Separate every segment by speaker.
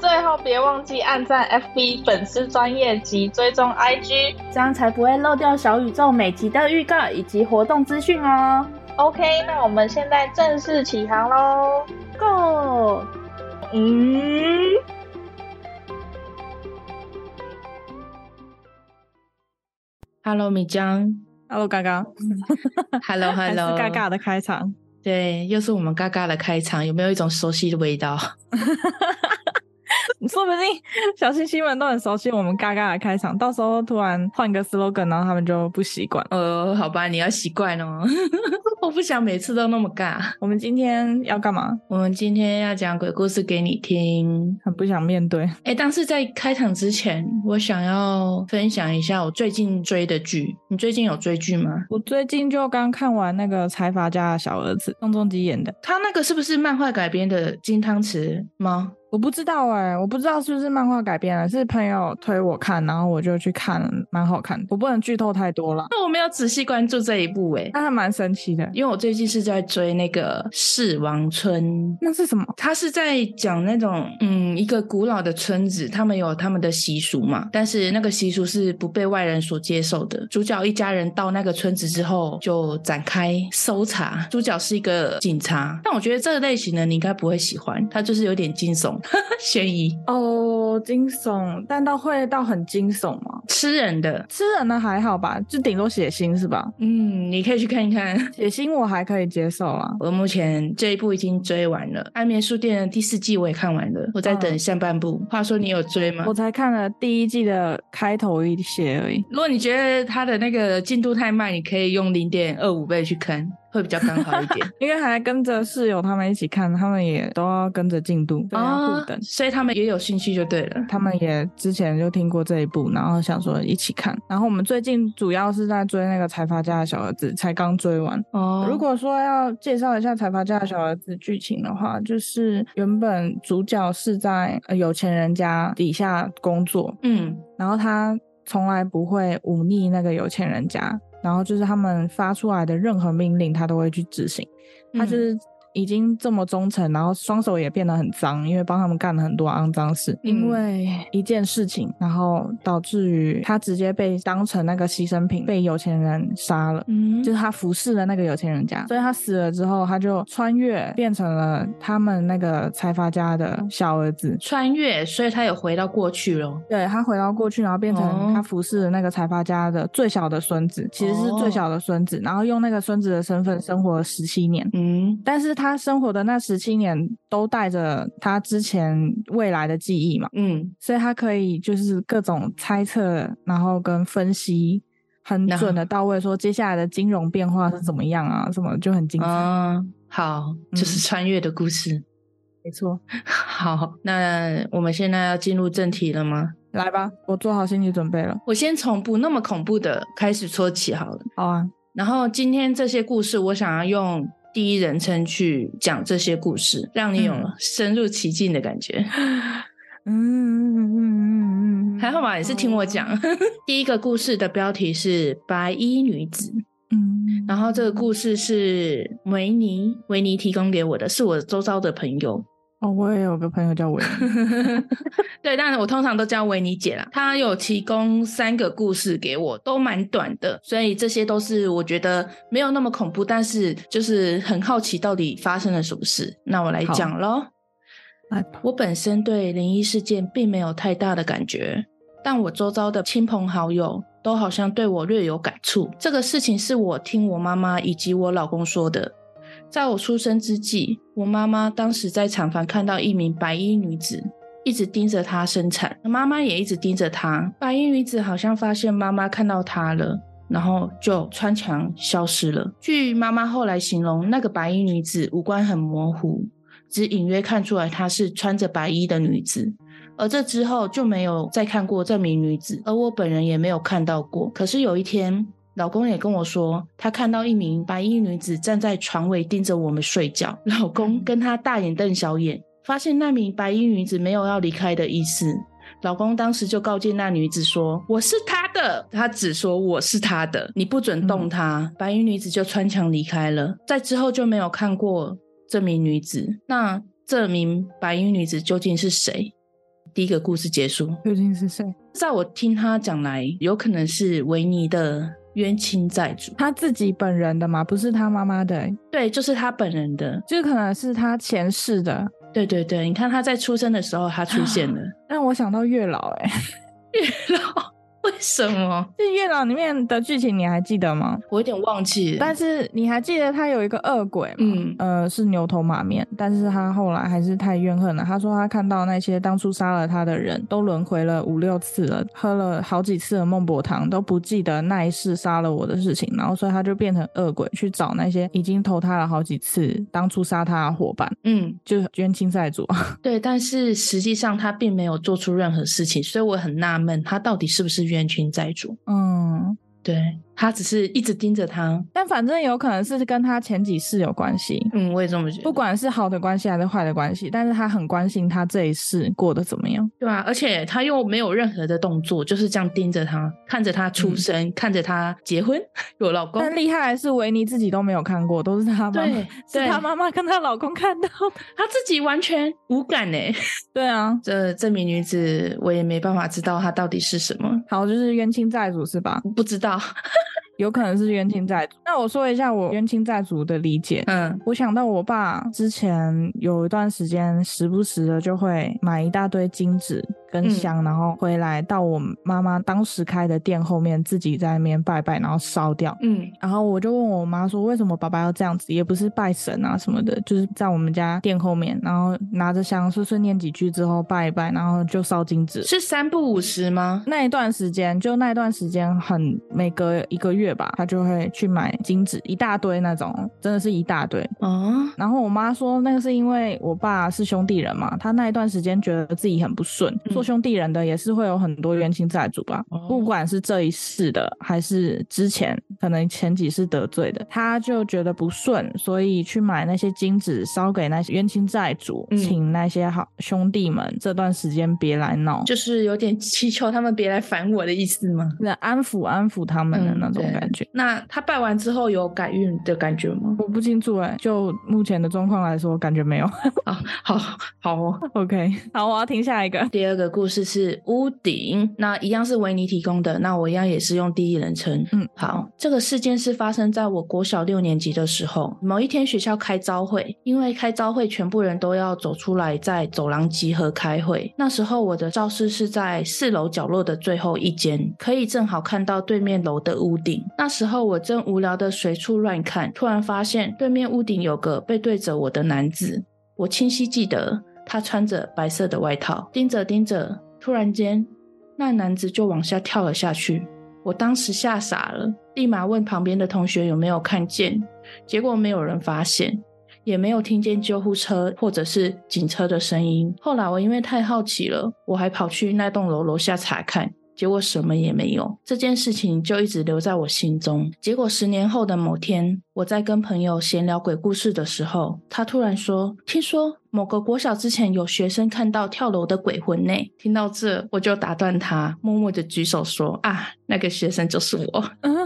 Speaker 1: 最后别忘记按赞 FB 粉丝专业及追踪 IG。
Speaker 2: 这样才不会漏掉小宇宙每集的预告以及活动资讯哦。
Speaker 1: OK，那我们现在正式起航喽
Speaker 2: ，Go！
Speaker 1: 嗯，
Speaker 3: Hello，米江。
Speaker 4: Hello，嘎嘎。
Speaker 3: Hello，Hello，
Speaker 4: 嘎嘎的开场。
Speaker 3: 对，又是我们嘎嘎的开场，有没有一种熟悉的味道？
Speaker 4: 说不定小星星们都很熟悉我们嘎嘎的开场，到时候突然换个 slogan，然后他们就不习惯。
Speaker 3: 呃，好吧，你要习惯哦。 我不想每次都那么尬。
Speaker 4: 我们今天要干嘛？
Speaker 3: 我们今天要讲鬼故事给你听。
Speaker 4: 很不想面对。
Speaker 3: 哎、欸，但是在开场之前，我想要分享一下我最近追的剧。你最近有追剧吗？
Speaker 4: 我最近就刚看完那个财阀家的小儿子，宋仲基演的。
Speaker 3: 他那个是不是漫画改编的《金汤匙》吗？
Speaker 4: 我不知道哎、欸，我不知道是不是漫画改编的，是朋友推我看，然后我就去看，蛮好看的。我不能剧透太多 了。
Speaker 3: 那我没有仔细关注这一部哎、欸，
Speaker 4: 那还蛮神奇的。
Speaker 3: 因为我最近是在追那个《世王村》，
Speaker 4: 那是什么？
Speaker 3: 它是在讲那种嗯，一个古老的村子，他们有他们的习俗嘛，但是那个习俗是不被外人所接受的。主角一家人到那个村子之后，就展开搜查。主角是一个警察，但我觉得这类型的你应该不会喜欢，它就是有点惊悚。 悬疑
Speaker 4: 哦，惊悚，但到会到很惊悚吗？
Speaker 3: 吃人的，
Speaker 4: 吃人的还好吧，就顶多血腥是吧？
Speaker 3: 嗯，你可以去看一看，
Speaker 4: 血腥我还可以接受啊。
Speaker 3: 我目前这一部已经追完了，《安眠书店》的第四季我也看完了，我在等下半部。嗯、话说你有追吗？
Speaker 4: 我才看了第一季的开头一些而已。
Speaker 3: 如果你觉得它的那个进度太慢，你可以用零点二五倍去看。会比较刚好一点，
Speaker 4: 因为还跟着室友他们一起看，他们也都要跟着进度， 对啊，互等、哦，
Speaker 3: 所以他们也有兴趣就对了。
Speaker 4: 他们也之前就听过这一部，然后想说一起看。然后我们最近主要是在追那个《财阀家的小儿子》，才刚追完。
Speaker 3: 哦，
Speaker 4: 如果说要介绍一下《财阀家的小儿子》剧情的话，就是原本主角是在呃有钱人家底下工作，
Speaker 3: 嗯，
Speaker 4: 然后他从来不会忤逆那个有钱人家。然后就是他们发出来的任何命令，他都会去执行。他就是已经这么忠诚，然后双手也变得很脏，因为帮他们干了很多肮脏事。嗯、因为一件事情，然后导致于他直接被当成那个牺牲品，被有钱人杀了。
Speaker 3: 嗯，
Speaker 4: 就是他服侍了那个有钱人家，所以他死了之后，他就穿越变成了他们那个财阀家的小儿子。
Speaker 3: 穿越，所以他有回到过去喽。
Speaker 4: 对他回到过去，然后变成
Speaker 3: 哦
Speaker 4: 他服侍的那个财阀家的最小的孙子，其实是
Speaker 3: 哦
Speaker 4: 最小的孙子，然后用那个孙子的身份生活了十七年。
Speaker 3: 嗯，
Speaker 4: 但是他生活的那十七年都带着他之前未来的记忆嘛，
Speaker 3: 嗯，
Speaker 4: 所以他可以就是各种猜测，然后跟分析。很准的到位，说接下来的金融变化是怎么样啊？什么就很精彩。
Speaker 3: 嗯，好，就是穿越的故事。 嗯、
Speaker 4: 没错。
Speaker 3: 好，那我们现在要进入正题了吗？
Speaker 4: 来吧，我做好心理准备了。
Speaker 3: 我先从不那么恐怖的开始说起好了。
Speaker 4: 好啊。
Speaker 3: 然后今天这些故事，我想要用第一人称去讲这些故事，让你有深入其境的感觉。
Speaker 4: 嗯嗯嗯嗯嗯，
Speaker 3: 还好吧，你是听我讲。 第一个故事的标题是《白衣女子》。
Speaker 4: 嗯，
Speaker 3: 然后这个故事是维尼，维尼提供给我的，是我周遭的朋友。
Speaker 4: 哦，我也有个朋友叫维尼，
Speaker 3: 对，但是我通常都叫维尼姐啦。她有提供三个故事给我，都蛮短的，所以这些都是我觉得没有那么恐怖，但是就是很好奇到底发生了什么事。那我来讲喽。我本身对灵异事件并没有太大的感觉，但我周遭的亲朋好友都好像对我略有感触。这个事情是我听我妈妈以及我老公说的。在我出生之际，我妈妈当时在产房看到一名白衣女子，一直盯着她生产，妈妈也一直盯着她。白衣女子好像发现妈妈看到她了。然后就穿墙消失了。据妈妈后来形容，那个白衣女子五官很模糊。只隐约看出来她是穿着白衣的女子，而这之后就没有再看过这名女子，而我本人也没有看到过。可是有一天，老公也跟我说，他看到一名白衣女子站在床尾盯着我们睡觉，老公跟他大眼瞪小眼，发现那名白衣女子没有要离开的意思。老公当时就告诫那女子说：“我是他的，嗯他只说我是他的，你不准动他。白衣女子就穿墙离开了，在之后就没有看过这名女子。那这名白衣女子究竟是谁？第一个故事结束。
Speaker 4: 究竟是谁？
Speaker 3: 在我听他讲来，有可能是维尼的冤亲债主，
Speaker 4: 他自己本人的嘛，不是他妈妈的、欸，
Speaker 3: 对，就是他本人的。
Speaker 4: 就是可能是他前世的，
Speaker 3: 对对对，你看他在出生的时候，他出现了。
Speaker 4: 让我想到月老、欸， 哎，
Speaker 3: 月老为什么？
Speaker 4: 这月老里面的剧情你还记得吗？
Speaker 3: 我有点忘记了。
Speaker 4: 但是你还记得他有一个恶鬼吗？
Speaker 3: 嗯
Speaker 4: 呃，是牛头马面，但是他后来还是太怨恨了。他说他看到那些当初杀了他的人都轮回了五六次了，喝了好几次的孟婆汤，都不记得那一世杀了我的事情，然后所以他就变成恶鬼去找那些已经投他了好几次当初杀他的伙伴，
Speaker 3: 嗯，
Speaker 4: 就是冤亲债主。
Speaker 3: 对，但是实际上他并没有做出任何事情，所以我很纳闷，他到底是不是冤亲债主？
Speaker 4: 嗯，
Speaker 3: 对他只是一直盯着他。
Speaker 4: 但反正有可能是跟他前几世有关系。
Speaker 3: 嗯，我也这么觉得。
Speaker 4: 不管是好的关系还是坏的关系，但是他很关心他这一世过得怎么样。
Speaker 3: 对啊，而且他又没有任何的动作，就是这样盯着他，看着他出生，看着他结婚， 有老公。
Speaker 4: 但厉害的是，维尼自己都没有看过，都是他妈妈
Speaker 3: 对，
Speaker 4: 是
Speaker 3: 对
Speaker 4: 他妈妈跟她老公看到 的。
Speaker 3: 他自己完全无感呢。
Speaker 4: 对 啊，
Speaker 3: 这这名女子，我也没办法知道她到底是什么，
Speaker 4: 好，就是冤亲债主是吧？
Speaker 3: 不知道。
Speaker 4: 有可能是冤亲债主。那我说一下我冤亲债主的理解。
Speaker 3: 嗯
Speaker 4: 我想到我爸之前有一段时间，时不时的就会买一大堆金纸跟香，然后回来到我妈妈当时开的店后面，自己在那边拜拜，然后烧掉。
Speaker 3: 嗯
Speaker 4: 然后我就问我妈说，为什么爸爸要这样子？也不是拜神啊什么的，就是在我们家店后面，然后拿着香碎碎念几句之后拜一拜，然后就烧金纸。
Speaker 3: 是三不五十吗？
Speaker 4: 那一段时间，就那一段时间很每隔一个月吧，他就会去买金纸一大堆那种，真的是一大堆。
Speaker 3: 哦，
Speaker 4: 然后我妈说，那个是因为我爸是兄弟人嘛，他那一段时间觉得自己很不顺，
Speaker 3: 嗯
Speaker 4: 做兄弟人的也是会有很多冤亲债主吧，
Speaker 3: 哦
Speaker 4: 不管是这一世的还是之前可能前几世得罪的，他就觉得不顺，所以去买那些金纸烧给那些冤亲债主，
Speaker 3: 嗯
Speaker 4: 请那些好兄弟们这段时间别来闹，
Speaker 3: 就是有点祈求他们别来烦我的意思吗？
Speaker 4: 就是安抚安抚他们的
Speaker 3: 嗯
Speaker 4: 那种
Speaker 3: 对
Speaker 4: 感觉。
Speaker 3: 那他拜完之后有改运的感觉吗？
Speaker 4: 我不清楚哎、就目前的状况来说，感觉没有。
Speaker 3: 啊，好好哦。
Speaker 4: OK，好，我要听下一个。
Speaker 3: 第二个故事是屋顶，那一样是维尼提供的，那我一样也是用第一人称。
Speaker 4: 嗯
Speaker 3: 好，这个事件是发生在我国小六年级的时候，某一天学校开招会，因为开招会全部人都要走出来在走廊集合开会。那时候我的教室是在四楼角落的最后一间，可以正好看到对面楼的屋顶。那时候我正无聊的随处乱看，突然发现对面屋顶有个背对着我的男子，我清晰记得他穿着白色的外套，盯着盯着，突然间，那男子就往下跳了下去。我当时吓傻了，立马问旁边的同学有没有看见，结果没有人发现。也没有听见救护车或者是警车的声音。后来我因为太好奇了，我还跑去那栋楼楼下查看，结果什么也没有。这件事情就一直留在我心中。结果十年后的某天，我在跟朋友闲聊鬼故事的时候，他突然说：“听说某个国小之前有学生看到跳楼的鬼魂呢。”听到这，我就打断他，默默的举手说：“啊，那个学生就是我。
Speaker 4: 嗯”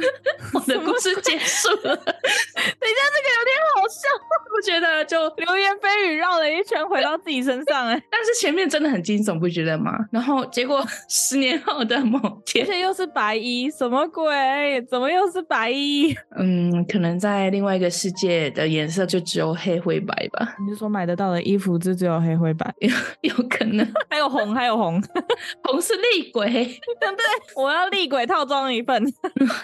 Speaker 3: 我的故事结束了。
Speaker 4: 等一下，这个有点好笑。
Speaker 3: 我觉得就
Speaker 4: 流言蜚语绕了一圈回到自己身上、哎，
Speaker 3: 但是前面真的很惊悚，不觉得吗？然后结果 十年后的某
Speaker 4: 而
Speaker 3: 天，
Speaker 4: 且又是白衣，什么鬼？怎么又是白衣？
Speaker 3: 嗯，可能在另外一个世界的颜色就只有黑灰白吧，
Speaker 4: 你是说买得到的衣服就只有黑灰白，
Speaker 3: 有可能
Speaker 4: 还有红，还有红？
Speaker 3: 红是厉鬼，
Speaker 4: 我要厉鬼套装一份。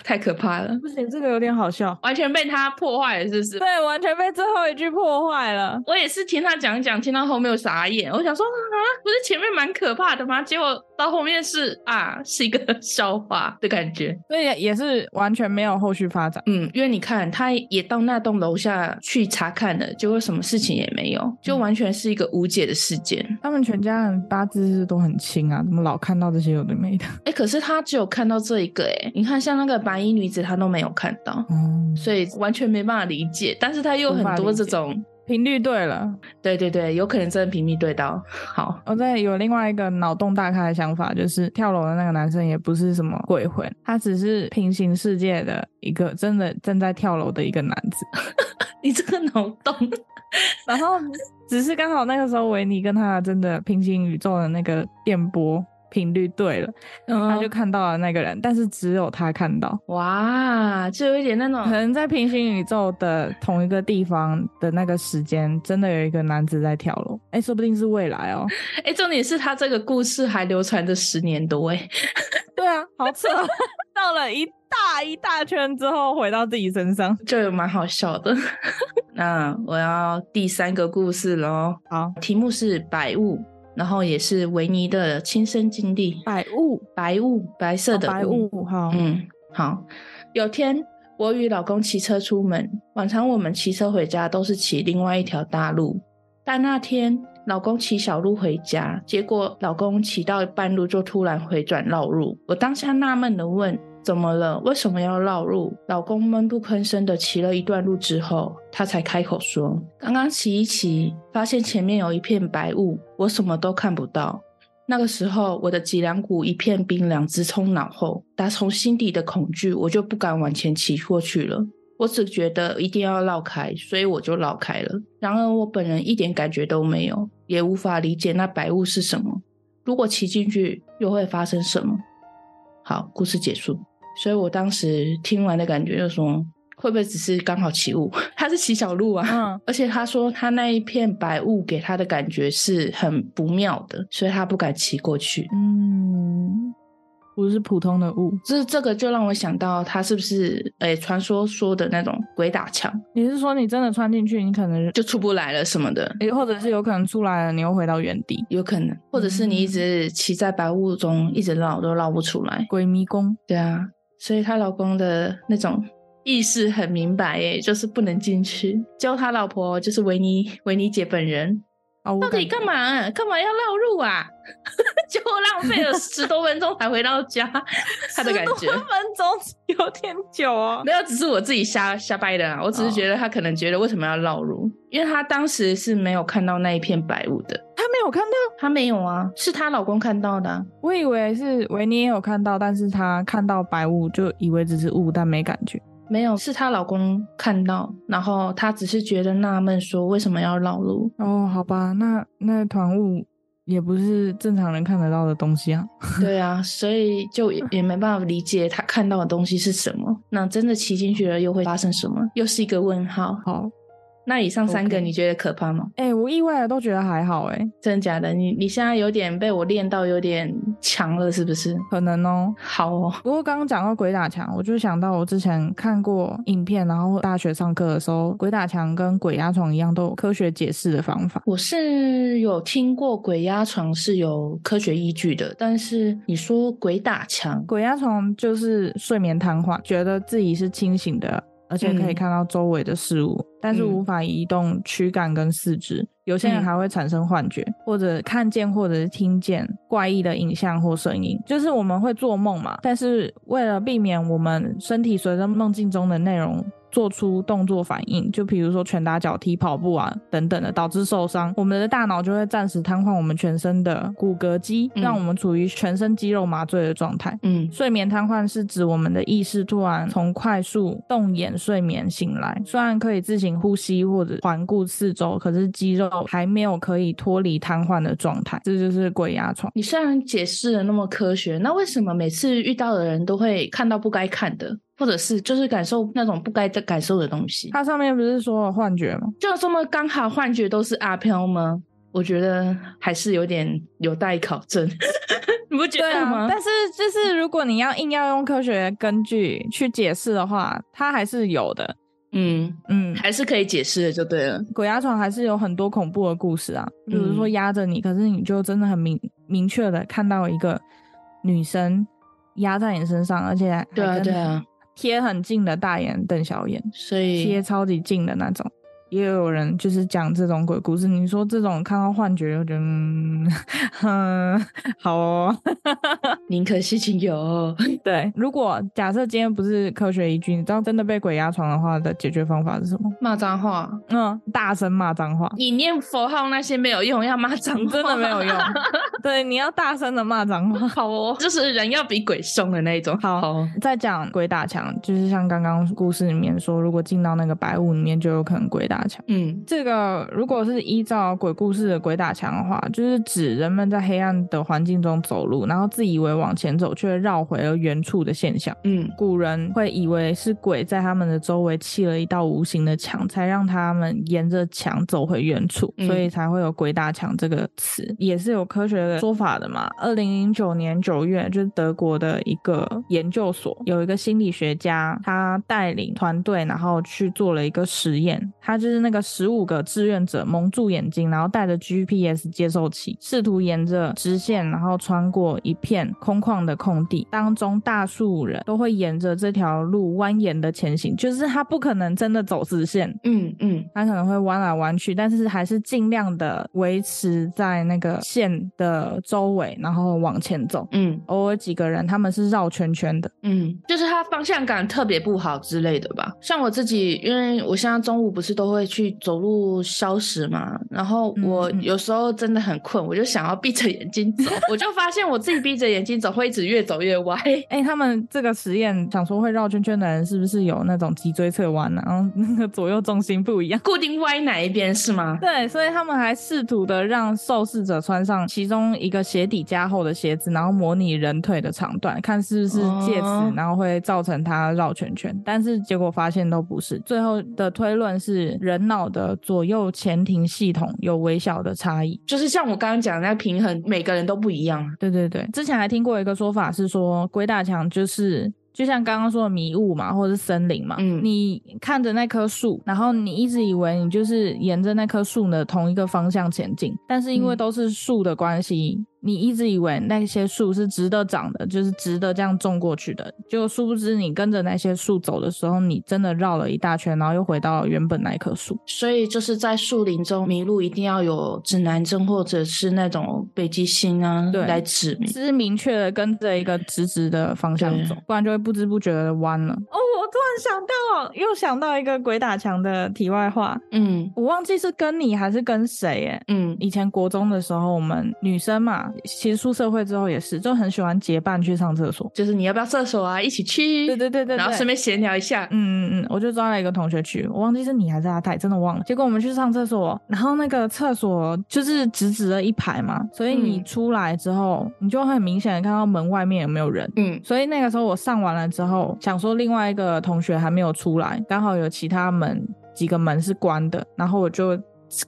Speaker 3: 太可怕了，
Speaker 4: 不行，这个有点好笑。
Speaker 3: 完全被他破坏了，是不是？
Speaker 4: 对，完全被最后一句破坏了。
Speaker 3: 我也是听他讲一讲，听到后面有傻眼，我想说啊，不是前面蛮可怕的吗？结果到后面是啊，是一个笑话的感觉。
Speaker 4: 所以也是完全没有后续发展。
Speaker 3: 嗯，因为你看，他也到那栋楼下去查看了，结果什么事情也没有，就完全全是一个无解的事件。
Speaker 4: 他们全家人八字是都很轻啊，怎么老看到这些有的没的？
Speaker 3: 哎、可是他只有看到这一个哎、你看像那个白衣女子，他都没有看到，
Speaker 4: 嗯，
Speaker 3: 所以完全没办法理解。但是他又很多这种，
Speaker 4: 频率对了。
Speaker 3: 对对对，有可能真的频密对到。好，
Speaker 4: 我在有另外一个脑洞大开的想法，就是跳楼的那个男生也不是什么鬼魂，他只是平行世界的一个真的正在跳楼的一个男子。
Speaker 3: 你这个脑洞，
Speaker 4: 然后只是刚好那个时候维尼跟他真的平行宇宙的那个电波频率对了， 他
Speaker 3: 嗯
Speaker 4: 就看到了那个人，但是只有他看到。
Speaker 3: 哇，就有一点那种，
Speaker 4: 可能在平行宇宙的同一个地方的那个时间，真的有一个男子在跳楼，哎、说不定是未来哦。
Speaker 3: 哎、重点是他这个故事还流传着十年多哎、
Speaker 4: 对啊，好扯哦， 绕了一大一大圈之后回到自己身上。
Speaker 3: 就有蛮好笑的。 那我要第三个故事喽，
Speaker 4: 好，
Speaker 3: 题目是白雾，然后也是维尼的亲身经历。
Speaker 4: 百物
Speaker 3: 白雾，白色的
Speaker 4: 哦白物，好，
Speaker 3: 嗯，好。有天，我与老公骑车出门，往常我们骑车回家都是骑另外一条大路，但那天老公骑小路回家，结果老公骑到半路就突然回转绕路。我当下纳闷的问：“怎么了？为什么要绕路？”老公闷不吭声的骑了一段路之后，他才开口说：“刚刚骑一骑，发现前面有一片白雾，我什么都看不到。”那个时候，我的脊梁骨一片冰凉，直冲脑后，打从心底的恐惧，我就不敢往前骑过去了。我只觉得一定要绕开，所以我就绕开了。然而，我本人一点感觉都没有，也无法理解那白雾是什么。如果骑进去，又会发生什么？好，故事结束。所以我当时听完的感觉就是说，会不会只是刚好起雾？ 他是骑小路啊。
Speaker 4: 嗯，
Speaker 3: 而且他说他那一片白雾给他的感觉是很不妙的，所以他不敢骑过去。
Speaker 4: 嗯，不是普通的物，
Speaker 3: 这这个就让我想到他是不是诶传说说的那种鬼打墙
Speaker 4: 你是说你真的穿进去，你可能
Speaker 3: 就出不来了什么的，
Speaker 4: 诶或者是有可能出来了，你又回到原地，
Speaker 3: 有可能，或者是
Speaker 4: 嗯
Speaker 3: 你一直骑在白雾中一直绕都绕不出来。
Speaker 4: 鬼迷宫。
Speaker 3: 对啊，所以她老公的那种意识很明白耶，就是不能进去。结果他老婆就是维尼维尼姐本人，
Speaker 4: 哦，我
Speaker 3: 到底
Speaker 4: 感
Speaker 3: 干嘛？干嘛要绕路啊？ 结果浪费了十多分钟才回到家，他的感觉
Speaker 4: 10多分钟有点久哦。
Speaker 3: 没有，只是我自己瞎瞎掰的啊。我只是觉得他可能觉得为什么要绕路，因为他当时是没有看到那一片白雾的，
Speaker 4: 他没有看到，
Speaker 3: 他没有啊，是她老公看到的啊、
Speaker 4: 我以为是维尼也有看到，但是他看到白雾就以为只是雾，但没感觉。
Speaker 3: 没有，是她老公看到，然后她只是觉得纳闷，说为什么要绕路？
Speaker 4: 哦，好吧，那那团雾也不是正常人看得到的东西啊。
Speaker 3: 对啊，所以就也也没办法理解她看到的东西是什么。那真的骑进去了又会发生什么？又是一个问号。
Speaker 4: 好，
Speaker 3: 那以上三个
Speaker 4: OK
Speaker 3: 你觉得可怕吗？
Speaker 4: 哎、我意外的都觉得还好、哎，
Speaker 3: 真的假的？你你现在有点被我练到有点强了，是不是？
Speaker 4: 可能哦、
Speaker 3: 好哦，
Speaker 4: 不过刚刚讲到鬼打墙，我就想到我之前看过影片，然后大学上课的时候，鬼打墙跟鬼压床一样，都有科学解释的方法。
Speaker 3: 我是有听过鬼压床是有科学依据的，但是你说鬼打墙，
Speaker 4: 鬼压床就是睡眠瘫痪，觉得自己是清醒的，而且可以
Speaker 3: 嗯
Speaker 4: 看到周围的事物，但是
Speaker 3: 嗯
Speaker 4: 无法移动躯干跟四肢。有些人
Speaker 3: 嗯
Speaker 4: 还会产生幻觉，或者看见或者是听见怪异的影像或声音。就是我们会做梦嘛，但是为了避免我们身体随着梦境中的内容。做出动作反应，就比如说拳打脚踢、跑步啊等等的，导致受伤，我们的大脑就会暂时瘫痪我们全身的骨骼肌，
Speaker 3: 嗯
Speaker 4: 让我们处于全身肌肉麻醉的状态。
Speaker 3: 嗯，
Speaker 4: 睡眠瘫痪是指我们的意识突然从快速动眼睡眠醒来，虽然可以自行呼吸或者环顾四周，可是肌肉还没有可以脱离瘫痪的状态，这就是鬼压床。
Speaker 3: 你虽然解释的那么科学，那为什么每次遇到的人都会看到不该看的，或者是就是感受那种不该的感受的东西？
Speaker 4: 它上面不是说有幻觉吗？
Speaker 3: 就这么刚好幻觉都是阿飘吗？我觉得还是有点有待考证， 你不觉得吗？
Speaker 4: 啊但是就是如果你要硬要用科学根据去解释的话，它还是有的。
Speaker 3: 嗯，
Speaker 4: 嗯，
Speaker 3: 还是可以解释的，就对了。
Speaker 4: 鬼压床还是有很多恐怖的故事啊，比如说
Speaker 3: 嗯
Speaker 4: 压着你，可是你就真的很明明确的看到一个女生压在你身上，而且还
Speaker 3: 对啊
Speaker 4: 跟
Speaker 3: 对啊，
Speaker 4: 贴很近的大眼瞪小眼，
Speaker 3: 所以
Speaker 4: 贴超级近的那种。也有人就是讲这种鬼故事。你说这种看到幻觉，我觉得嗯，嗯 好哦。
Speaker 3: 宁可信其 有。哦
Speaker 4: 对，如果假设今天不是科学依据，你知道真的被鬼压床的话的解决方法是什么？
Speaker 3: 骂脏话，
Speaker 4: 嗯，大声骂脏话。
Speaker 3: 你念佛号那些没有用，要骂脏
Speaker 4: 你
Speaker 3: 话
Speaker 4: 真的没有用。对，你要大声的骂脏话。
Speaker 3: 好哦，就是人要比鬼凶的那一种。
Speaker 4: 好
Speaker 3: 好
Speaker 4: 再讲鬼打墙，就是像刚刚故事里面说，如果进到那个白雾里面，就有可能鬼打墙。
Speaker 3: 嗯，
Speaker 4: 这个如果是依照鬼故事的鬼打墙的话，就是指人们在黑暗的环境中走路，然后自以为往前走，却绕回了原处的现象。
Speaker 3: 嗯
Speaker 4: 古人会以为是鬼在他们的周围砌了一道无形的墙，才让他们沿着墙走回原处，
Speaker 3: 嗯
Speaker 4: 所以才会有“鬼打墙”这个词，也是有科学的说法的嘛。二零零九年九月，就是德国的一个研究所有一个心理学家，他带领团队，然后去做了一个实验，他就是那个十五个志愿者蒙住眼睛，然后带着 GPS 接收器，试图沿着直线，然后穿过一片空旷的空地，当中大树人都会沿着这条路蜿蜒的前行，就是他不可能真的走直线。
Speaker 3: 嗯嗯，
Speaker 4: 他可能会弯来弯去，但是还是尽量的维持在那个线的周围，然后往前走。
Speaker 3: 嗯
Speaker 4: 偶尔几个人他们是绕圈圈的，
Speaker 3: 嗯，就是他方向感特别不好之类的吧。像我自己，因为我现在中午不是都会去走路消食嘛，然后
Speaker 4: 嗯
Speaker 3: 我
Speaker 4: 嗯
Speaker 3: 有时候真的很困，我就想要闭着眼睛走，我就发现我自己闭着眼睛走会一直越走越歪。
Speaker 4: 哎、他们这个实验想说会绕圈圈的人是不是有那种脊椎侧弯呢、然后那个左右重心不一样。
Speaker 3: 固定歪哪一边是吗？
Speaker 4: 对，所以他们还试图的让受试者穿上其中一个鞋底加厚的鞋子，然后模拟人腿的长短，看是不是借此、
Speaker 3: 哦
Speaker 4: 然后会造成他绕圈圈。但是结果发现都不是。最后的推论是人脑的左右前庭系统有微小的差异。
Speaker 3: 就是像我刚刚讲的那平衡，每个人都不一样。
Speaker 4: 对对对，之前还听过一个说法是说，鬼打墙就是就像刚刚说的迷雾嘛，或者是森林嘛，
Speaker 3: 嗯
Speaker 4: 你看着那棵树，然后你一直以为你就是沿着那棵树的同一个方向前进，但是因为
Speaker 3: 嗯
Speaker 4: 都是树的关系。你一直以为那些树是值得长的，就是值得这样种过去的，就殊不知你跟着那些树走的时候，你真的绕了一大圈，然后又回到了原本那一棵树。
Speaker 3: 所以就是在树林中迷路，一定要有指南针或者是那种北极星啊
Speaker 4: 对
Speaker 3: 来指明。
Speaker 4: 是明确的跟着一个直直的方向
Speaker 3: 对
Speaker 4: 走，不然就会不知不觉的弯了。哦，我突然想到，又想到一个鬼打墙的题外话，
Speaker 3: 嗯
Speaker 4: 我忘记是跟你还是跟谁耶。
Speaker 3: 嗯
Speaker 4: 以前国中的时候，我们女生嘛，其实出社会之后也是，就很喜欢结伴去上厕所。
Speaker 3: 就是你要不要厕所啊？一起去。
Speaker 4: 对对对对，
Speaker 3: 然后
Speaker 4: 对
Speaker 3: 顺便闲聊一下。
Speaker 4: 嗯嗯嗯，我就抓了一个同学去，我忘记是你还是阿泰，真的忘了。结果我们去上厕所，然后那个厕所就是直直的一排嘛，所以你
Speaker 3: 嗯
Speaker 4: 出来之后，你就会很明显的看到门外面有没有人。
Speaker 3: 嗯
Speaker 4: 所以那个时候我上完了之后，想说另外一个同学还没有出来，刚好有其他门几个门是关的，然后我就。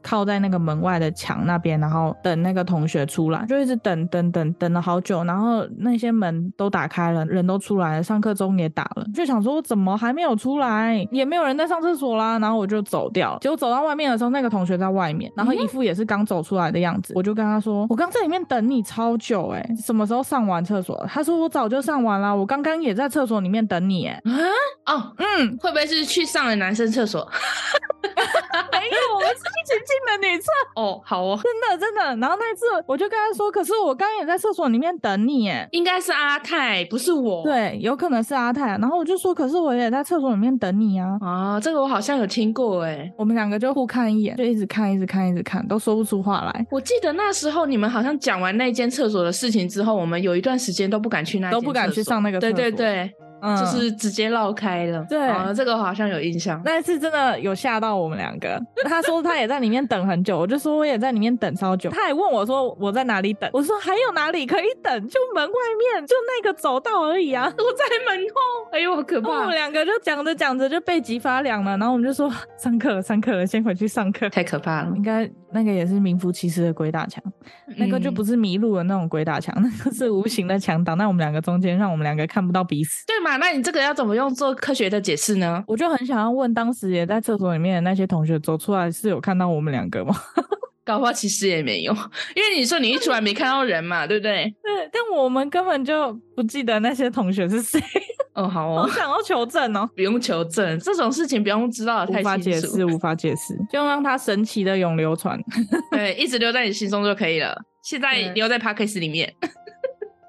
Speaker 4: 靠在那个门外的墙那边，然后等那个同学出来，就一直等等等等了好久，然后那些门都打开了，人都出来了，上课钟也打了，就想说怎么还没有出来，也没有人在上厕所啦，然后我就走掉了。结果走到外面的时候，那个同学在外面，然后一副也是刚走出来的样子，我就跟他说：“我刚在里面等你超久、欸，什么时候上完厕所？”他说：“我早就上完啦，我刚刚也在厕所里面等你、欸。”哎，
Speaker 3: 啊 哦，
Speaker 4: 嗯，
Speaker 3: 会不会是去上了男生厕所？
Speaker 4: 没有，我们是一起进的女厕。
Speaker 3: 哦，好哦，
Speaker 4: 真的真的。然后那次我就跟他说，可是我刚刚也在厕所里面等你耶。
Speaker 3: 应该是阿泰，不是我。
Speaker 4: 对，有可能是阿泰。啊然后我就说，可是我也在厕所里面等你啊。
Speaker 3: 啊，这个我好像有听过哎。
Speaker 4: 我们两个就互看一眼，就一直看，一直看，一直看，都说不出话来，
Speaker 3: 我记得那时候你们好像讲完那间厕所的事情之后，我们有一段时间都不敢去那间
Speaker 4: 都不敢去
Speaker 3: 厕所
Speaker 4: 上那个
Speaker 3: 对
Speaker 4: 厕所。
Speaker 3: 对，对，
Speaker 4: 嗯，
Speaker 3: 就是直接绕开了。
Speaker 4: 对
Speaker 3: 哦这个我好像有印象。
Speaker 4: 那一次真的有吓到我们两个。他说他也在里面等很久，我就说我也在里面等超久。他还问我说我在哪里等，我说还有哪里可以等，就门外面，就那个走道而已啊。
Speaker 3: 我在门后，哎呦，好可
Speaker 4: 然后我
Speaker 3: 怕
Speaker 4: 们！两个就讲着讲着就背脊发凉了，然后我们就说上课了，上课了，先回去上课。
Speaker 3: 太可怕了，
Speaker 4: 应该那个也是名副其实的鬼打墙，那个就
Speaker 3: 嗯
Speaker 4: 不是迷路的那种鬼打墙，那个是无形的墙挡在我们两个中间，让我们两个看不到彼此。
Speaker 3: 对嘛？那你这个要怎么用做科学的解释呢？
Speaker 4: 我就很想要问，当时也在厕所里面的那些同学走出来是有看到我们两个吗？
Speaker 3: 搞不好其实也没有，因为你说你一出来没看到人嘛，对不对？
Speaker 4: 对，但我们根本就不记得那些同学是谁。
Speaker 3: 哦，好
Speaker 4: 好
Speaker 3: 哦，
Speaker 4: 想要求证哦。
Speaker 3: 不用求证，这种事情不用知道的
Speaker 4: 无法
Speaker 3: 太
Speaker 4: 解
Speaker 3: 清楚
Speaker 4: 释，，无法解释，就让它神奇的永流传。
Speaker 3: 对，一直留在你心中就可以了。现在
Speaker 4: 对
Speaker 3: 留在 p a c k a s e 里面，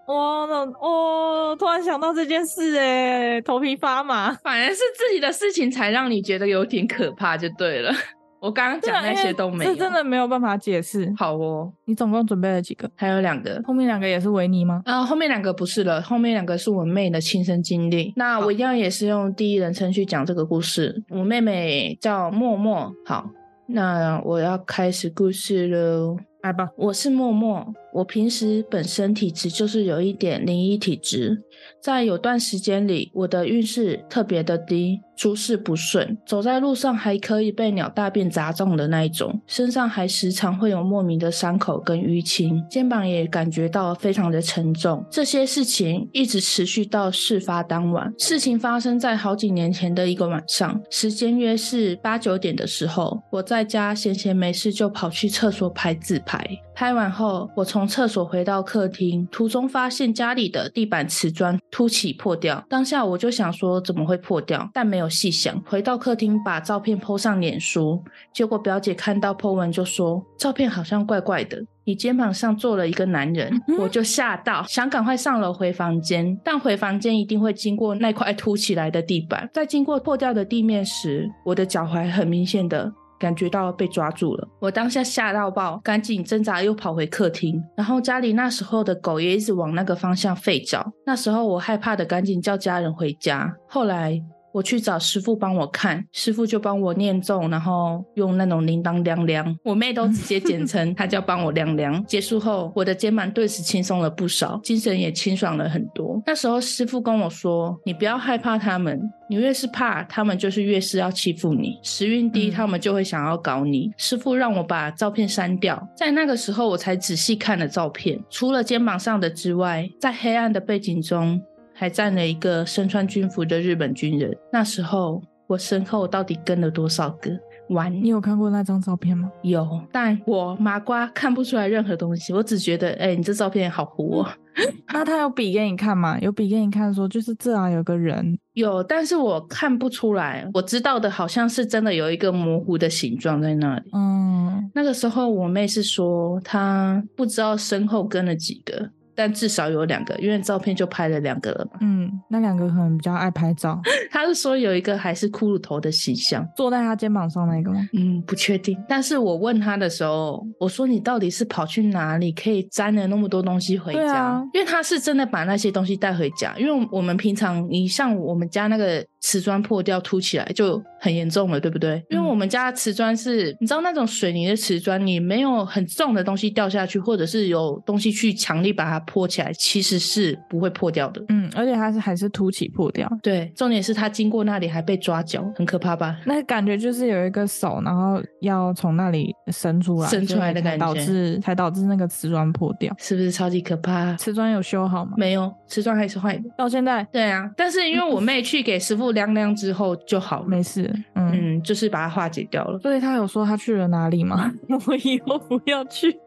Speaker 4: 哇，那哦，突然想到这件事，哎，头皮发麻。
Speaker 3: 反而是自己的事情才让你觉得有点可怕，就对了。 我刚刚
Speaker 4: 对
Speaker 3: 讲
Speaker 4: 啊
Speaker 3: 那
Speaker 4: 因
Speaker 3: 些
Speaker 4: 为
Speaker 3: 都没有，
Speaker 4: 这真的没有办法解释。
Speaker 3: 好哦。
Speaker 4: 你总共准备了几个？
Speaker 3: 还有两个，
Speaker 4: 后面两个也是维尼吗？
Speaker 3: 呃，后面两个不是了，后面两个是我妹的亲身经历。那我一样也是用第一人称去讲这个故事。我妹妹叫默默，好，那我要开始故事喽。
Speaker 4: 来吧，
Speaker 3: 我是默默，我平时本身体质就是有一点灵异体质，在有段时间里，我的运势特别的低，诸事不顺，走在路上还可以被鸟大便砸中的那一种，身上还时常会有莫名的伤口跟淤青，肩膀也感觉到非常的沉重。这些事情一直持续到事发当晚，事情发生在好几年前的一个晚上，时间约是八九点的时候，我在家闲闲没事就跑去厕所拍自拍，拍完后我从厕所回到客厅，途中发现家里的地板瓷砖凸起破掉，当下我就想说怎么会破掉，但没有细想。回到客厅把照片 PO 上脸书，结果表姐看到 Po 文就说照片好像怪怪的。你肩膀上坐了一个男人，我就吓到，想赶快上楼回房间，但回房间一定会经过那块凸起来的地板，在经过破掉的地面时，我的脚踝很明显的感觉到被抓住了，我当下吓到爆，赶紧挣扎又跑回客厅。然后家里那时候的狗也一直往那个方向吠叫，那时候我害怕的赶紧叫家人回家。后来我去找师傅帮我看，师傅就帮我念咒，然后用那种铃铛亮亮，我妹都直接简称她叫帮我亮亮。结束后，我的肩膀顿时轻松了不少，精神也清爽了很多。那时候师傅跟我说：“你不要害怕他们，你越是怕他们，就是越是要欺负你。时运低，
Speaker 4: 嗯
Speaker 3: 他们就会想要搞你。”师傅让我把照片删掉，在那个时候我才仔细看了照片，除了肩膀上的之外，在黑暗的背景中，还站了一个身穿军服的日本军人。那时候我身后到底跟了多少个？完
Speaker 4: 你有看过那张照片吗？
Speaker 3: 有，但我麻瓜看不出来任何东西，我只觉得，哎、你这照片好糊哦。
Speaker 4: 那他有比给你看吗？有比给你看说，就是这啊，有个人，
Speaker 3: 有，但是我看不出来。我知道的好像是真的有一个模糊的形状在那里。
Speaker 4: 嗯，
Speaker 3: 那个时候我妹是说，她不知道身后跟了几个，但至少有两个，因为照片就拍了两个了嘛。
Speaker 4: 嗯，那两个可能比较爱拍 照，
Speaker 3: 她是说有一个还是骷髅头的形象。
Speaker 4: 坐在他肩膀上那个吗？
Speaker 3: 嗯，不确定。但是我问他的时候，我说你到底是跑去哪里，可以沾了那么多东西回
Speaker 4: 对
Speaker 3: 家？
Speaker 4: 啊
Speaker 3: 因为他是真的把那些东西带回家。因为我们平常，你像我们家那个瓷砖破掉凸起来就很严重了，对不对？
Speaker 4: 嗯
Speaker 3: 因为我们家瓷砖是，你知道那种水泥的瓷砖，你没有很重的东西掉下去，或者是有东西去强力把它破起来，其实是不会破掉的。
Speaker 4: 嗯，而且他是还是凸起破掉，
Speaker 3: 对，重点是他经过那里还被抓脚，很可怕吧？
Speaker 4: 那感觉就是有一个手，然后要从那里伸出来，
Speaker 3: 伸出来的
Speaker 4: 所以才
Speaker 3: 感觉
Speaker 4: 导致才导致那个瓷砖破掉。
Speaker 3: 是不是超级可怕？
Speaker 4: 瓷砖有修好吗？
Speaker 3: 没有，瓷砖还是坏的。
Speaker 4: 到现在
Speaker 3: 对啊，但是因为我妹去给师傅量量之后就好了，
Speaker 4: 没事，嗯。
Speaker 3: 嗯，就是把它化解掉了。
Speaker 4: 所以他有说他去了哪里吗？ 我以后不要去。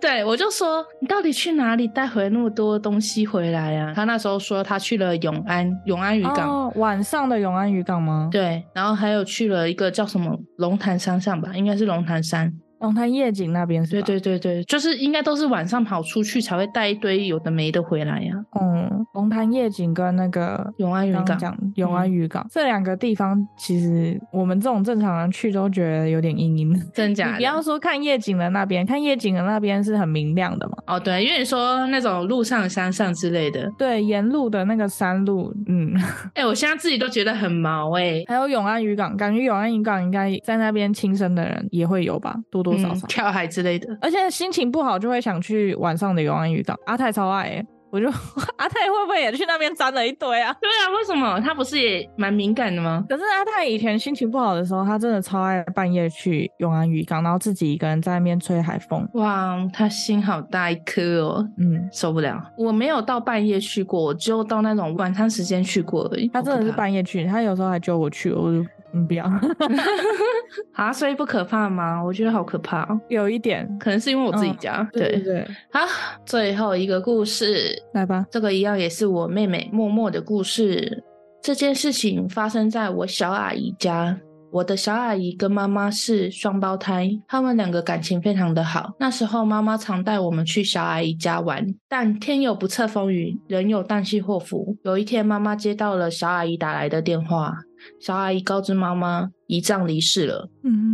Speaker 3: 对，我就说你到底去哪里带回那么多东西回来啊？她那时候说她去了永安，永安渔港。
Speaker 4: 哦，晚上的永安渔港吗？，
Speaker 3: 对，然后还有去了一个叫什么龙潭山上吧，应该是龙潭山。
Speaker 4: 龙潭夜景那边是
Speaker 3: 对
Speaker 4: 吧？
Speaker 3: 对对对，就是应该都是晚上跑出去才会带一堆有的没的回来呀、
Speaker 4: 对，嗯，龙潭夜景跟那个
Speaker 3: 永安渔
Speaker 4: 刚
Speaker 3: 港
Speaker 4: 刚讲永安渔港、这两个地方，其实我们这种正常人去都觉得有点阴阴的。
Speaker 3: 真假
Speaker 4: 你
Speaker 3: 的？
Speaker 4: 不要说看夜景的那边，看夜景的那边是很明亮的嘛。
Speaker 3: 哦，对，因为你说那种路上、山上之类的，
Speaker 4: 对，沿路的那个山路，嗯，
Speaker 3: 哎、我现在自己都觉得很毛哎、
Speaker 4: 还有永安渔港，感觉永安渔港应该在那边亲生的人也会有吧，多多少
Speaker 3: 嗯
Speaker 4: 少。
Speaker 3: 跳海之类的。
Speaker 4: 而且心情不好就会想去晚上的永安渔港。阿泰超爱、欸，我就 阿泰会不会也去那边沾了一堆啊？
Speaker 3: 对啊，为什么他不是也蛮敏感的吗？
Speaker 4: 可是阿泰以前心情不好的时候，他真的超爱半夜去永安渔港，然后自己一个人在那边吹海风。
Speaker 3: 哇，他心好大一颗哦，
Speaker 4: 嗯，
Speaker 3: 受不了！我没有到半夜去过，我只有到那种晚餐时间去过而已。
Speaker 4: 他真的是
Speaker 3: 好可怕
Speaker 4: 半夜去，他有时候还揪我去，我就嗯 不要，
Speaker 3: 啊，所以不可怕吗？我觉得好可怕、哦，
Speaker 4: 有一点。
Speaker 3: 可能是因为我自己家。
Speaker 4: 嗯对对，
Speaker 3: 好，最后一个故事，
Speaker 4: 来吧。
Speaker 3: 这个一样也是我妹妹默默的故事。这件事情发生在我小阿姨家。我的小阿姨跟妈妈是双胞胎，他们两个感情非常的好。那时候妈妈常带我们去小阿姨家玩，但天有不测风云，人有旦夕祸福。有一天，妈妈接到了小阿姨打来的电话，小阿姨告知妈妈姨丈离世了，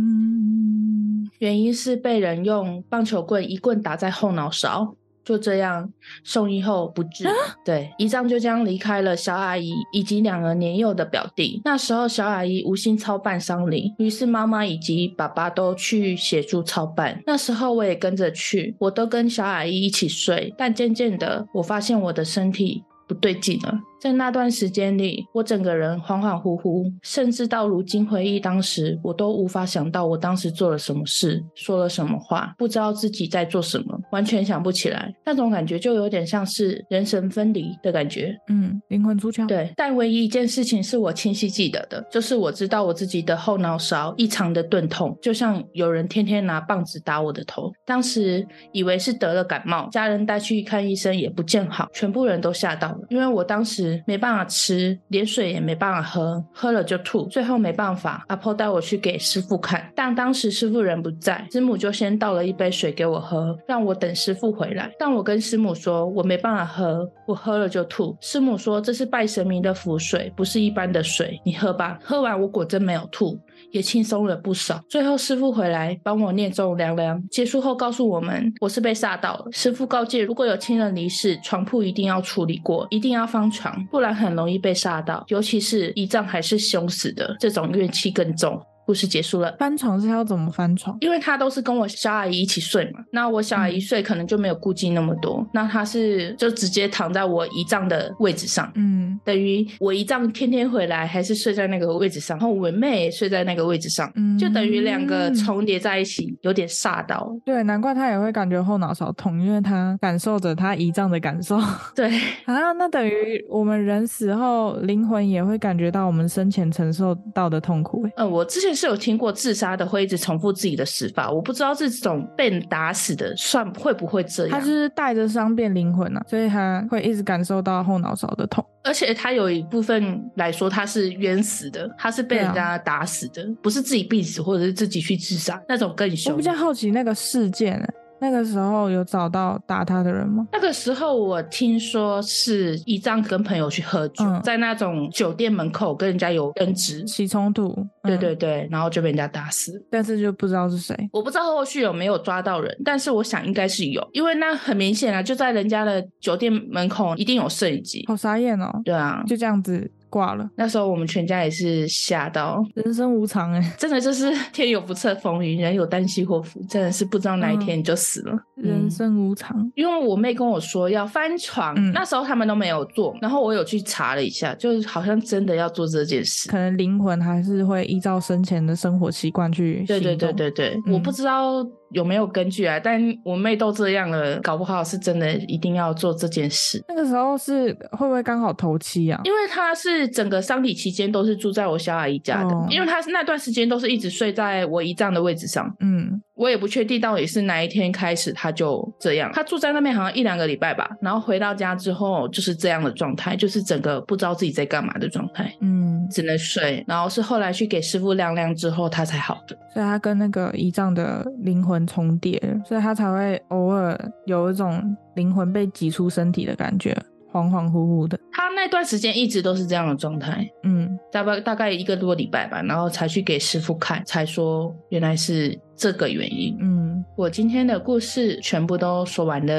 Speaker 4: 嗯，
Speaker 3: 原因是被人用棒球棍一棍打在后脑勺。就这样送医后不治，对，姨丈就这样离开了小阿姨以及两个年幼的表弟。那时候小阿姨无心操办丧礼，于是妈妈以及爸爸都去协助操办。那时候我也跟着去，我都跟小阿姨一起睡。但渐渐的，我发现我的身体不对劲了。在那段时间里，我整个人恍恍惚惚，甚至到如今回忆当时，我都无法想到我当时做了什么事，说了什么话，不知道自己在做什么，完全想不起来。那种感觉就有点像是人神分离的感觉。
Speaker 4: 嗯，灵魂出窍。，
Speaker 3: 对，但唯一一件事情是我清晰记得的，就是我知道我自己的后脑勺异常的钝痛，就像有人天天拿棒子打我的头。当时以为是得了感冒，家人带去看医生也不见好，全部人都吓到了，因为我当时没办法吃，连水也没办法喝，喝了就吐，最后没办法，阿婆带我去给师傅看，但当时师傅人不在，师母就先倒了一杯水给我喝，让我等师傅回来。但我跟师母说我没办法喝，我喝了就吐。师母说这是拜神明的符水，不是一般的水，你喝吧。喝完我果真没有吐，也轻松了不少。最后师傅回来帮我念咒凉凉，结束后告诉我们，我是被吓到了。师傅告诫，如果有亲人离世，床铺一定要处理过，一定要放床，不然很容易被吓到，尤其是胰脏还是凶死的，这种怨气更重。故事结束了。
Speaker 4: 翻床是要怎么翻床？
Speaker 3: 因为她都是跟我小阿姨一起睡嘛，那我小阿姨睡可能就没有顾忌那么多，那她是就直接躺在我姨丈的位置上，
Speaker 4: 嗯
Speaker 3: 等于我姨丈天天回来还是睡在那个位置上，然后我妹也睡在那个位置上，
Speaker 4: 嗯，
Speaker 3: 就等于两个重叠在一起，有点煞到。
Speaker 4: 对，难怪他也会感觉后脑勺痛，因为他感受着他胰脏的感受 啊。
Speaker 3: 对，
Speaker 4: 那等于我们人死后，灵魂也会感觉到我们生前承受到的痛苦、欸。
Speaker 3: 呃，我之前是有听过自杀的会一直重复自己的死法，我不知道这种被人打死的算会不会这
Speaker 4: 欸他
Speaker 3: 样。
Speaker 4: 就是带着伤变灵魂啊，所以他会一直感受到后脑勺的痛。
Speaker 3: 而且他有一部分来说，他是冤死的，他是被
Speaker 4: 对啊
Speaker 3: 人家打死的，不是自己病死或者是自己去自杀那种更
Speaker 4: 我
Speaker 3: 凶
Speaker 4: 比。较好奇那个事件、欸，那个时候有找到打他的人吗？
Speaker 3: 那个时候我听说是一丈跟朋友去喝酒，
Speaker 4: 嗯
Speaker 3: 在那种酒店门口跟人家有争执，
Speaker 4: 起冲突？
Speaker 3: 对
Speaker 4: 嗯
Speaker 3: 对，对，然后就被人家打死。
Speaker 4: 但是就不知道是谁。
Speaker 3: 我不知道后续有没有抓到人，但是我想应该是有，因为那很明显啊，就在人家的酒店门口，一定有摄影机。
Speaker 4: 好傻眼哦，
Speaker 3: 对啊，
Speaker 4: 就这样子挂了。
Speaker 3: 那时候我们全家也是吓到，
Speaker 4: 人生无常哎、欸
Speaker 3: 真的就是天有不测风云，人有旦夕祸福，真的是不知道哪一天你就死了。
Speaker 4: 嗯
Speaker 3: 嗯
Speaker 4: 人生无常。
Speaker 3: 因为我妹跟我说要翻床，
Speaker 4: 嗯
Speaker 3: 那时候他们都没有做，然后我有去查了一下，就是好像真的要做这件事。
Speaker 4: 可能灵魂还是会依照生前的生活习惯去
Speaker 3: 对对对
Speaker 4: 行动，
Speaker 3: 对对，
Speaker 4: 嗯
Speaker 3: 我不知道有没有根据啊，但我妹都这样了，搞不好是真的一定要做这件事。
Speaker 4: 那个时候是会不会刚好头七啊？
Speaker 3: 因为他是整个丧礼期间都是住在我小阿姨家的，
Speaker 4: 哦
Speaker 3: 因为他是那段时间都是一直睡在我姨丈的位置上，
Speaker 4: 嗯，
Speaker 3: 我也不确定到底是哪一天开始他就这样，他住在那边好像一两个礼拜吧，然后回到家之后就是这样的状态，就是整个不知道自己在干嘛的状态。
Speaker 4: 嗯，
Speaker 3: 只能睡，然后是后来去给师傅晾晾之后，他才好的。
Speaker 4: 所以他跟那个遗仗的灵魂重叠了，所以他才会偶尔有一种灵魂被挤出身体的感觉，恍恍惚惚的。
Speaker 3: 他那段时间一直都是这样的状态，
Speaker 4: 嗯，
Speaker 3: 大概大概一个多礼拜吧，然后才去给师傅看，才说原来是这个原因。
Speaker 4: 嗯，
Speaker 3: 我今天的故事全部都说完了，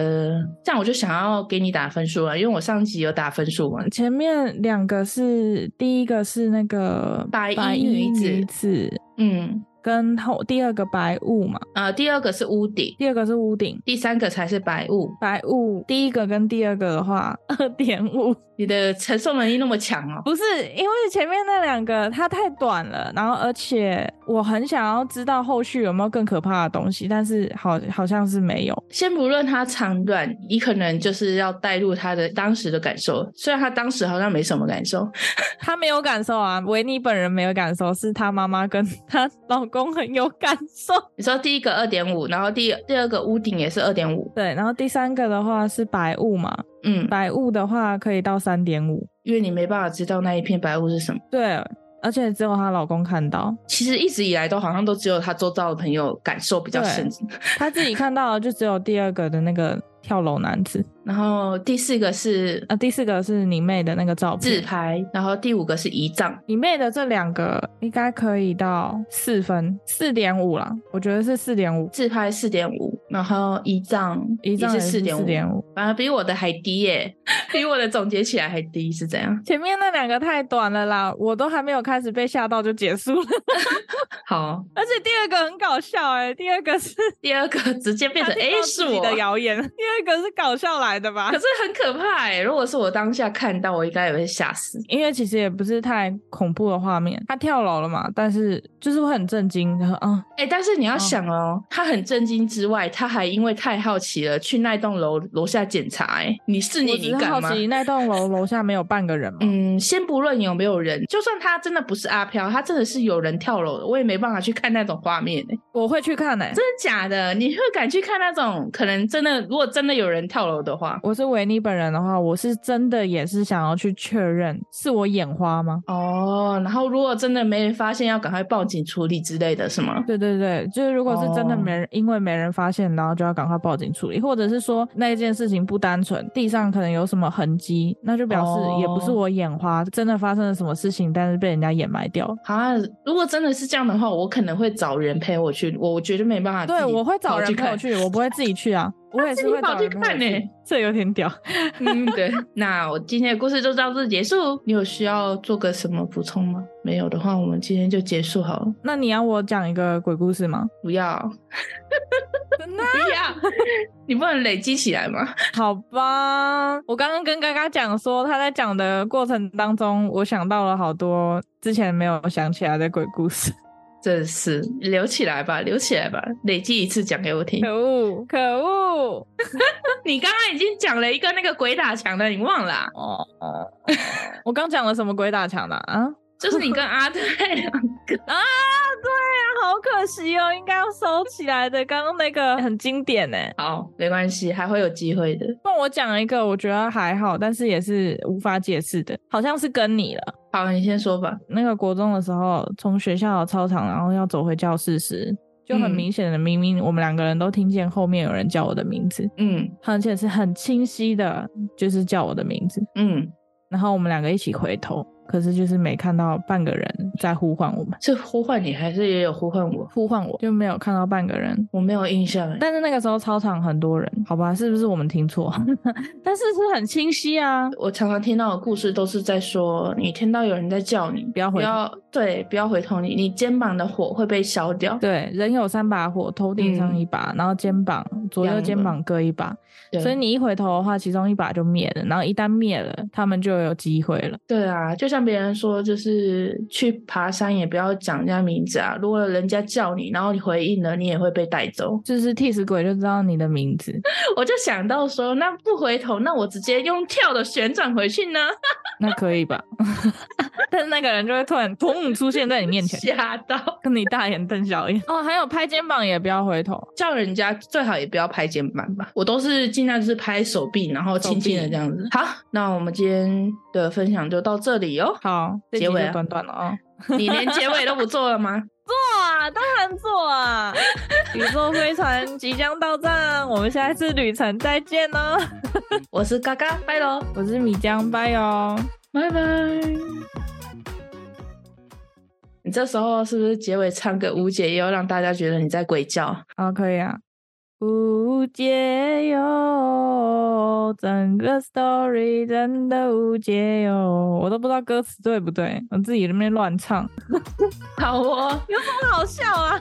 Speaker 3: 这样我就想要给你打分数了，因为我上集有打分数嘛。
Speaker 4: 前面两个是第一个是那个
Speaker 3: 白衣
Speaker 4: 衣
Speaker 3: 女子
Speaker 4: 子
Speaker 3: 嗯，
Speaker 4: 跟后第二个白雾嘛，
Speaker 3: 啊，第二个是屋顶，
Speaker 4: 第二个是屋顶。
Speaker 3: 第三个才是白雾。
Speaker 4: 白雾第一个跟第二个的话，二点五
Speaker 3: 你的承受能力那么强哦。
Speaker 4: 不是因为前面那两个它太短了，然后而且我很想要知道后续有没有更可怕的东西，但是好好像是没有。
Speaker 3: 先不论它长短，你可能就是要带入他的当时的感受，虽然他当时好像没什么感受，
Speaker 4: 她没有感受啊，维尼本人没有感受，是她妈妈跟她老公很有感受。
Speaker 3: 你说第一个二点五，然后第第二个屋顶也是二点五，
Speaker 4: 对，然后第三个的话是白雾嘛，
Speaker 3: 嗯，
Speaker 4: 白雾的话可以到三点五，
Speaker 3: 因为你没办法知道那一片白雾是什么。
Speaker 4: 对，而且只有她老公看到，
Speaker 3: 其实一直以来都好像都只有他周遭的朋友感受比较深，
Speaker 4: 她自己看到的就只有第二个的那个跳楼男子，
Speaker 3: 然后第四个是
Speaker 4: 呃，第四个是你妹的那个照
Speaker 3: 自
Speaker 4: 片，
Speaker 3: 拍，然后第五个是遗仗。
Speaker 4: 你妹的这两个应该可以到四分，四点五啦，我觉得是四点五，
Speaker 3: 自拍四点五，然后一丈
Speaker 4: 一丈
Speaker 3: 也
Speaker 4: 也
Speaker 3: 是
Speaker 4: 是
Speaker 3: 四点五，
Speaker 4: 4.5
Speaker 3: 反而啊比我的还低耶、 比我的总结起来还低是怎样？
Speaker 4: 前面那两个太短了啦，我都还没有开始被吓到就结束了，
Speaker 3: 好，
Speaker 4: 而且第二个很搞笑哎、第二个是
Speaker 3: 第二个直接变
Speaker 4: 她
Speaker 3: 成
Speaker 4: 听
Speaker 3: 哎
Speaker 4: 到
Speaker 3: 是
Speaker 4: 自己
Speaker 3: 我
Speaker 4: 的谣言，第二个是搞笑来的吧
Speaker 3: 可？是很可怕哎、如果是我当下看到，我应该也会吓死。
Speaker 4: 因为其实也不是太恐怖的画面，她跳楼了嘛，但是就是会很震惊，然后啊、
Speaker 3: 哎、但是你要
Speaker 4: 哦
Speaker 3: 想哦，他很震惊之外，他还因为太好奇了，去那栋楼楼下检查、哎，你是你，
Speaker 4: 我只
Speaker 3: 你
Speaker 4: 是好
Speaker 3: 敢吗？
Speaker 4: 奇那栋楼楼下没有半个人嘛，
Speaker 3: 嗯，先不论有没有人，就算他真的不是阿飘，他真的是有人跳楼的，我也没办法去看那种画面、欸。
Speaker 4: 我会去看哎、
Speaker 3: 真的假的？你会敢去看那种可能真的，如果真的有人跳楼的话？
Speaker 4: 我是维尼本人的话，我是真的也是想要去确认是我眼花吗？
Speaker 3: 哦，然后如果真的没人发现，要赶快报警处理之类的，是吗？
Speaker 4: 对对对，就是如果是真的
Speaker 3: 哦
Speaker 4: 没人，因为没人发现，然后就要赶快报警处理，或者是说那一件事情不单纯，地上可能有什么痕迹，那就表示也不是
Speaker 3: 哦
Speaker 4: 我眼花，真的发生了什么事情，但是被人家掩埋掉。
Speaker 3: 啊，如果真的是这样的话，我可能会找人陪我去，我我绝对没办法。
Speaker 4: 对，我会找人陪我
Speaker 3: 看。
Speaker 4: 去，我不会自己去 啊，我也是
Speaker 3: 自己
Speaker 4: 会
Speaker 3: 跑
Speaker 4: 找
Speaker 3: 去
Speaker 4: 人陪我
Speaker 3: 看
Speaker 4: 去
Speaker 3: 欸
Speaker 4: 这有点屌。
Speaker 3: 嗯，对。那我今天的故事就到这结束。你有需要做个什么补充吗？没有的话，我们今天就结束好了。
Speaker 4: 那你要我讲一个鬼故事吗？
Speaker 3: 不要，
Speaker 4: 真的？啊
Speaker 3: 不要，你不能累积起来吗？
Speaker 4: 好吧，我刚刚跟嘎嘎讲说，他在讲的过程当中，我想到了好多之前没有想起来的鬼故事。
Speaker 3: 真是留起来吧，留起来吧，累积一次讲给我听
Speaker 4: 可。恶，可恶！
Speaker 3: 你刚刚已经讲了一个那个鬼打墙的，你忘了啊、
Speaker 4: 哦， 哦我刚讲了什么鬼打墙的啊？啊，
Speaker 3: 就是你跟阿泰两个
Speaker 4: 对啊，好可惜哦，应该要收起来的。刚刚那个 很经典呢。
Speaker 3: 好，没关系，还会有机会的。
Speaker 4: 那我讲一个，我觉得还好，但是也是无法解释的，好像是跟你了。
Speaker 3: 好，你先说吧。
Speaker 4: 那个国中的时候，从学校的操场，然后要走回教室时，就很
Speaker 3: 嗯
Speaker 4: 明显的，明明我们两个人都听见后面有人叫我的名字，
Speaker 3: 嗯
Speaker 4: 而且是很清晰的，就是叫我的名字。
Speaker 3: 嗯，
Speaker 4: 然后我们两个一起回头，可是就是没看到半个人在呼唤我们，
Speaker 3: 是呼唤你还是也有呼唤我？
Speaker 4: 呼唤我就没有看到半个人。
Speaker 3: 我没有印象哎。
Speaker 4: 但是那个时候操场很多人，好吧，是不是我们听错？ 但是是很清晰啊，
Speaker 3: 我常常听到的故事都是在说，你听到有人在叫你，
Speaker 4: 不要回
Speaker 3: 不要对，不要回头你，你肩膀的火会被烧掉。
Speaker 4: 对，人有三把火，头顶上
Speaker 3: 嗯
Speaker 4: 一把，然后肩膀左
Speaker 3: 两
Speaker 4: 右
Speaker 3: 个
Speaker 4: 肩膀各一把，
Speaker 3: 对，
Speaker 4: 所以你一回头的话，其中一把就灭了，然后一旦灭了，他们就有机会了。
Speaker 3: 对啊，就像别人说，就是去爬山也不要讲人家名字啊。如果人家叫你，然后你回应了，你也会被带走。
Speaker 4: 就是替死鬼就知道你的名字，
Speaker 3: 我就想到说，那不回头，那我直接用跳的旋转回去呢？
Speaker 4: 那可以吧？ 但是那个人就会突然砰出现在你面前，
Speaker 3: 吓到！
Speaker 4: 跟你大眼瞪小眼。哦，还有拍肩膀也不要回头，
Speaker 3: 叫人家最好也不要拍肩膀吧，我都是尽量就是拍手臂，然后轻轻的
Speaker 4: 手臂
Speaker 3: 这样子。好，那我们今天的分享就到这里哦。
Speaker 4: 好，这集
Speaker 3: 结尾
Speaker 4: 就
Speaker 3: 啊
Speaker 4: 短短了哦。
Speaker 3: 你连结尾都不做了 吗？
Speaker 4: 哇，当然做啊！ 宇宙飞船即将到站，我们下一次旅程再见哦。
Speaker 3: 我是嘎嘎，拜喽，
Speaker 4: 我是米江，拜哦。
Speaker 3: 拜拜。你这时候是不是结尾唱个吴姐，也要让大家觉得你在鬼叫？
Speaker 4: 好，可以啊。无解哟，整个 story 真的无解哟，我都不知道歌词对不对，我自己在那边乱唱，
Speaker 3: 好哦。
Speaker 4: 好好笑啊！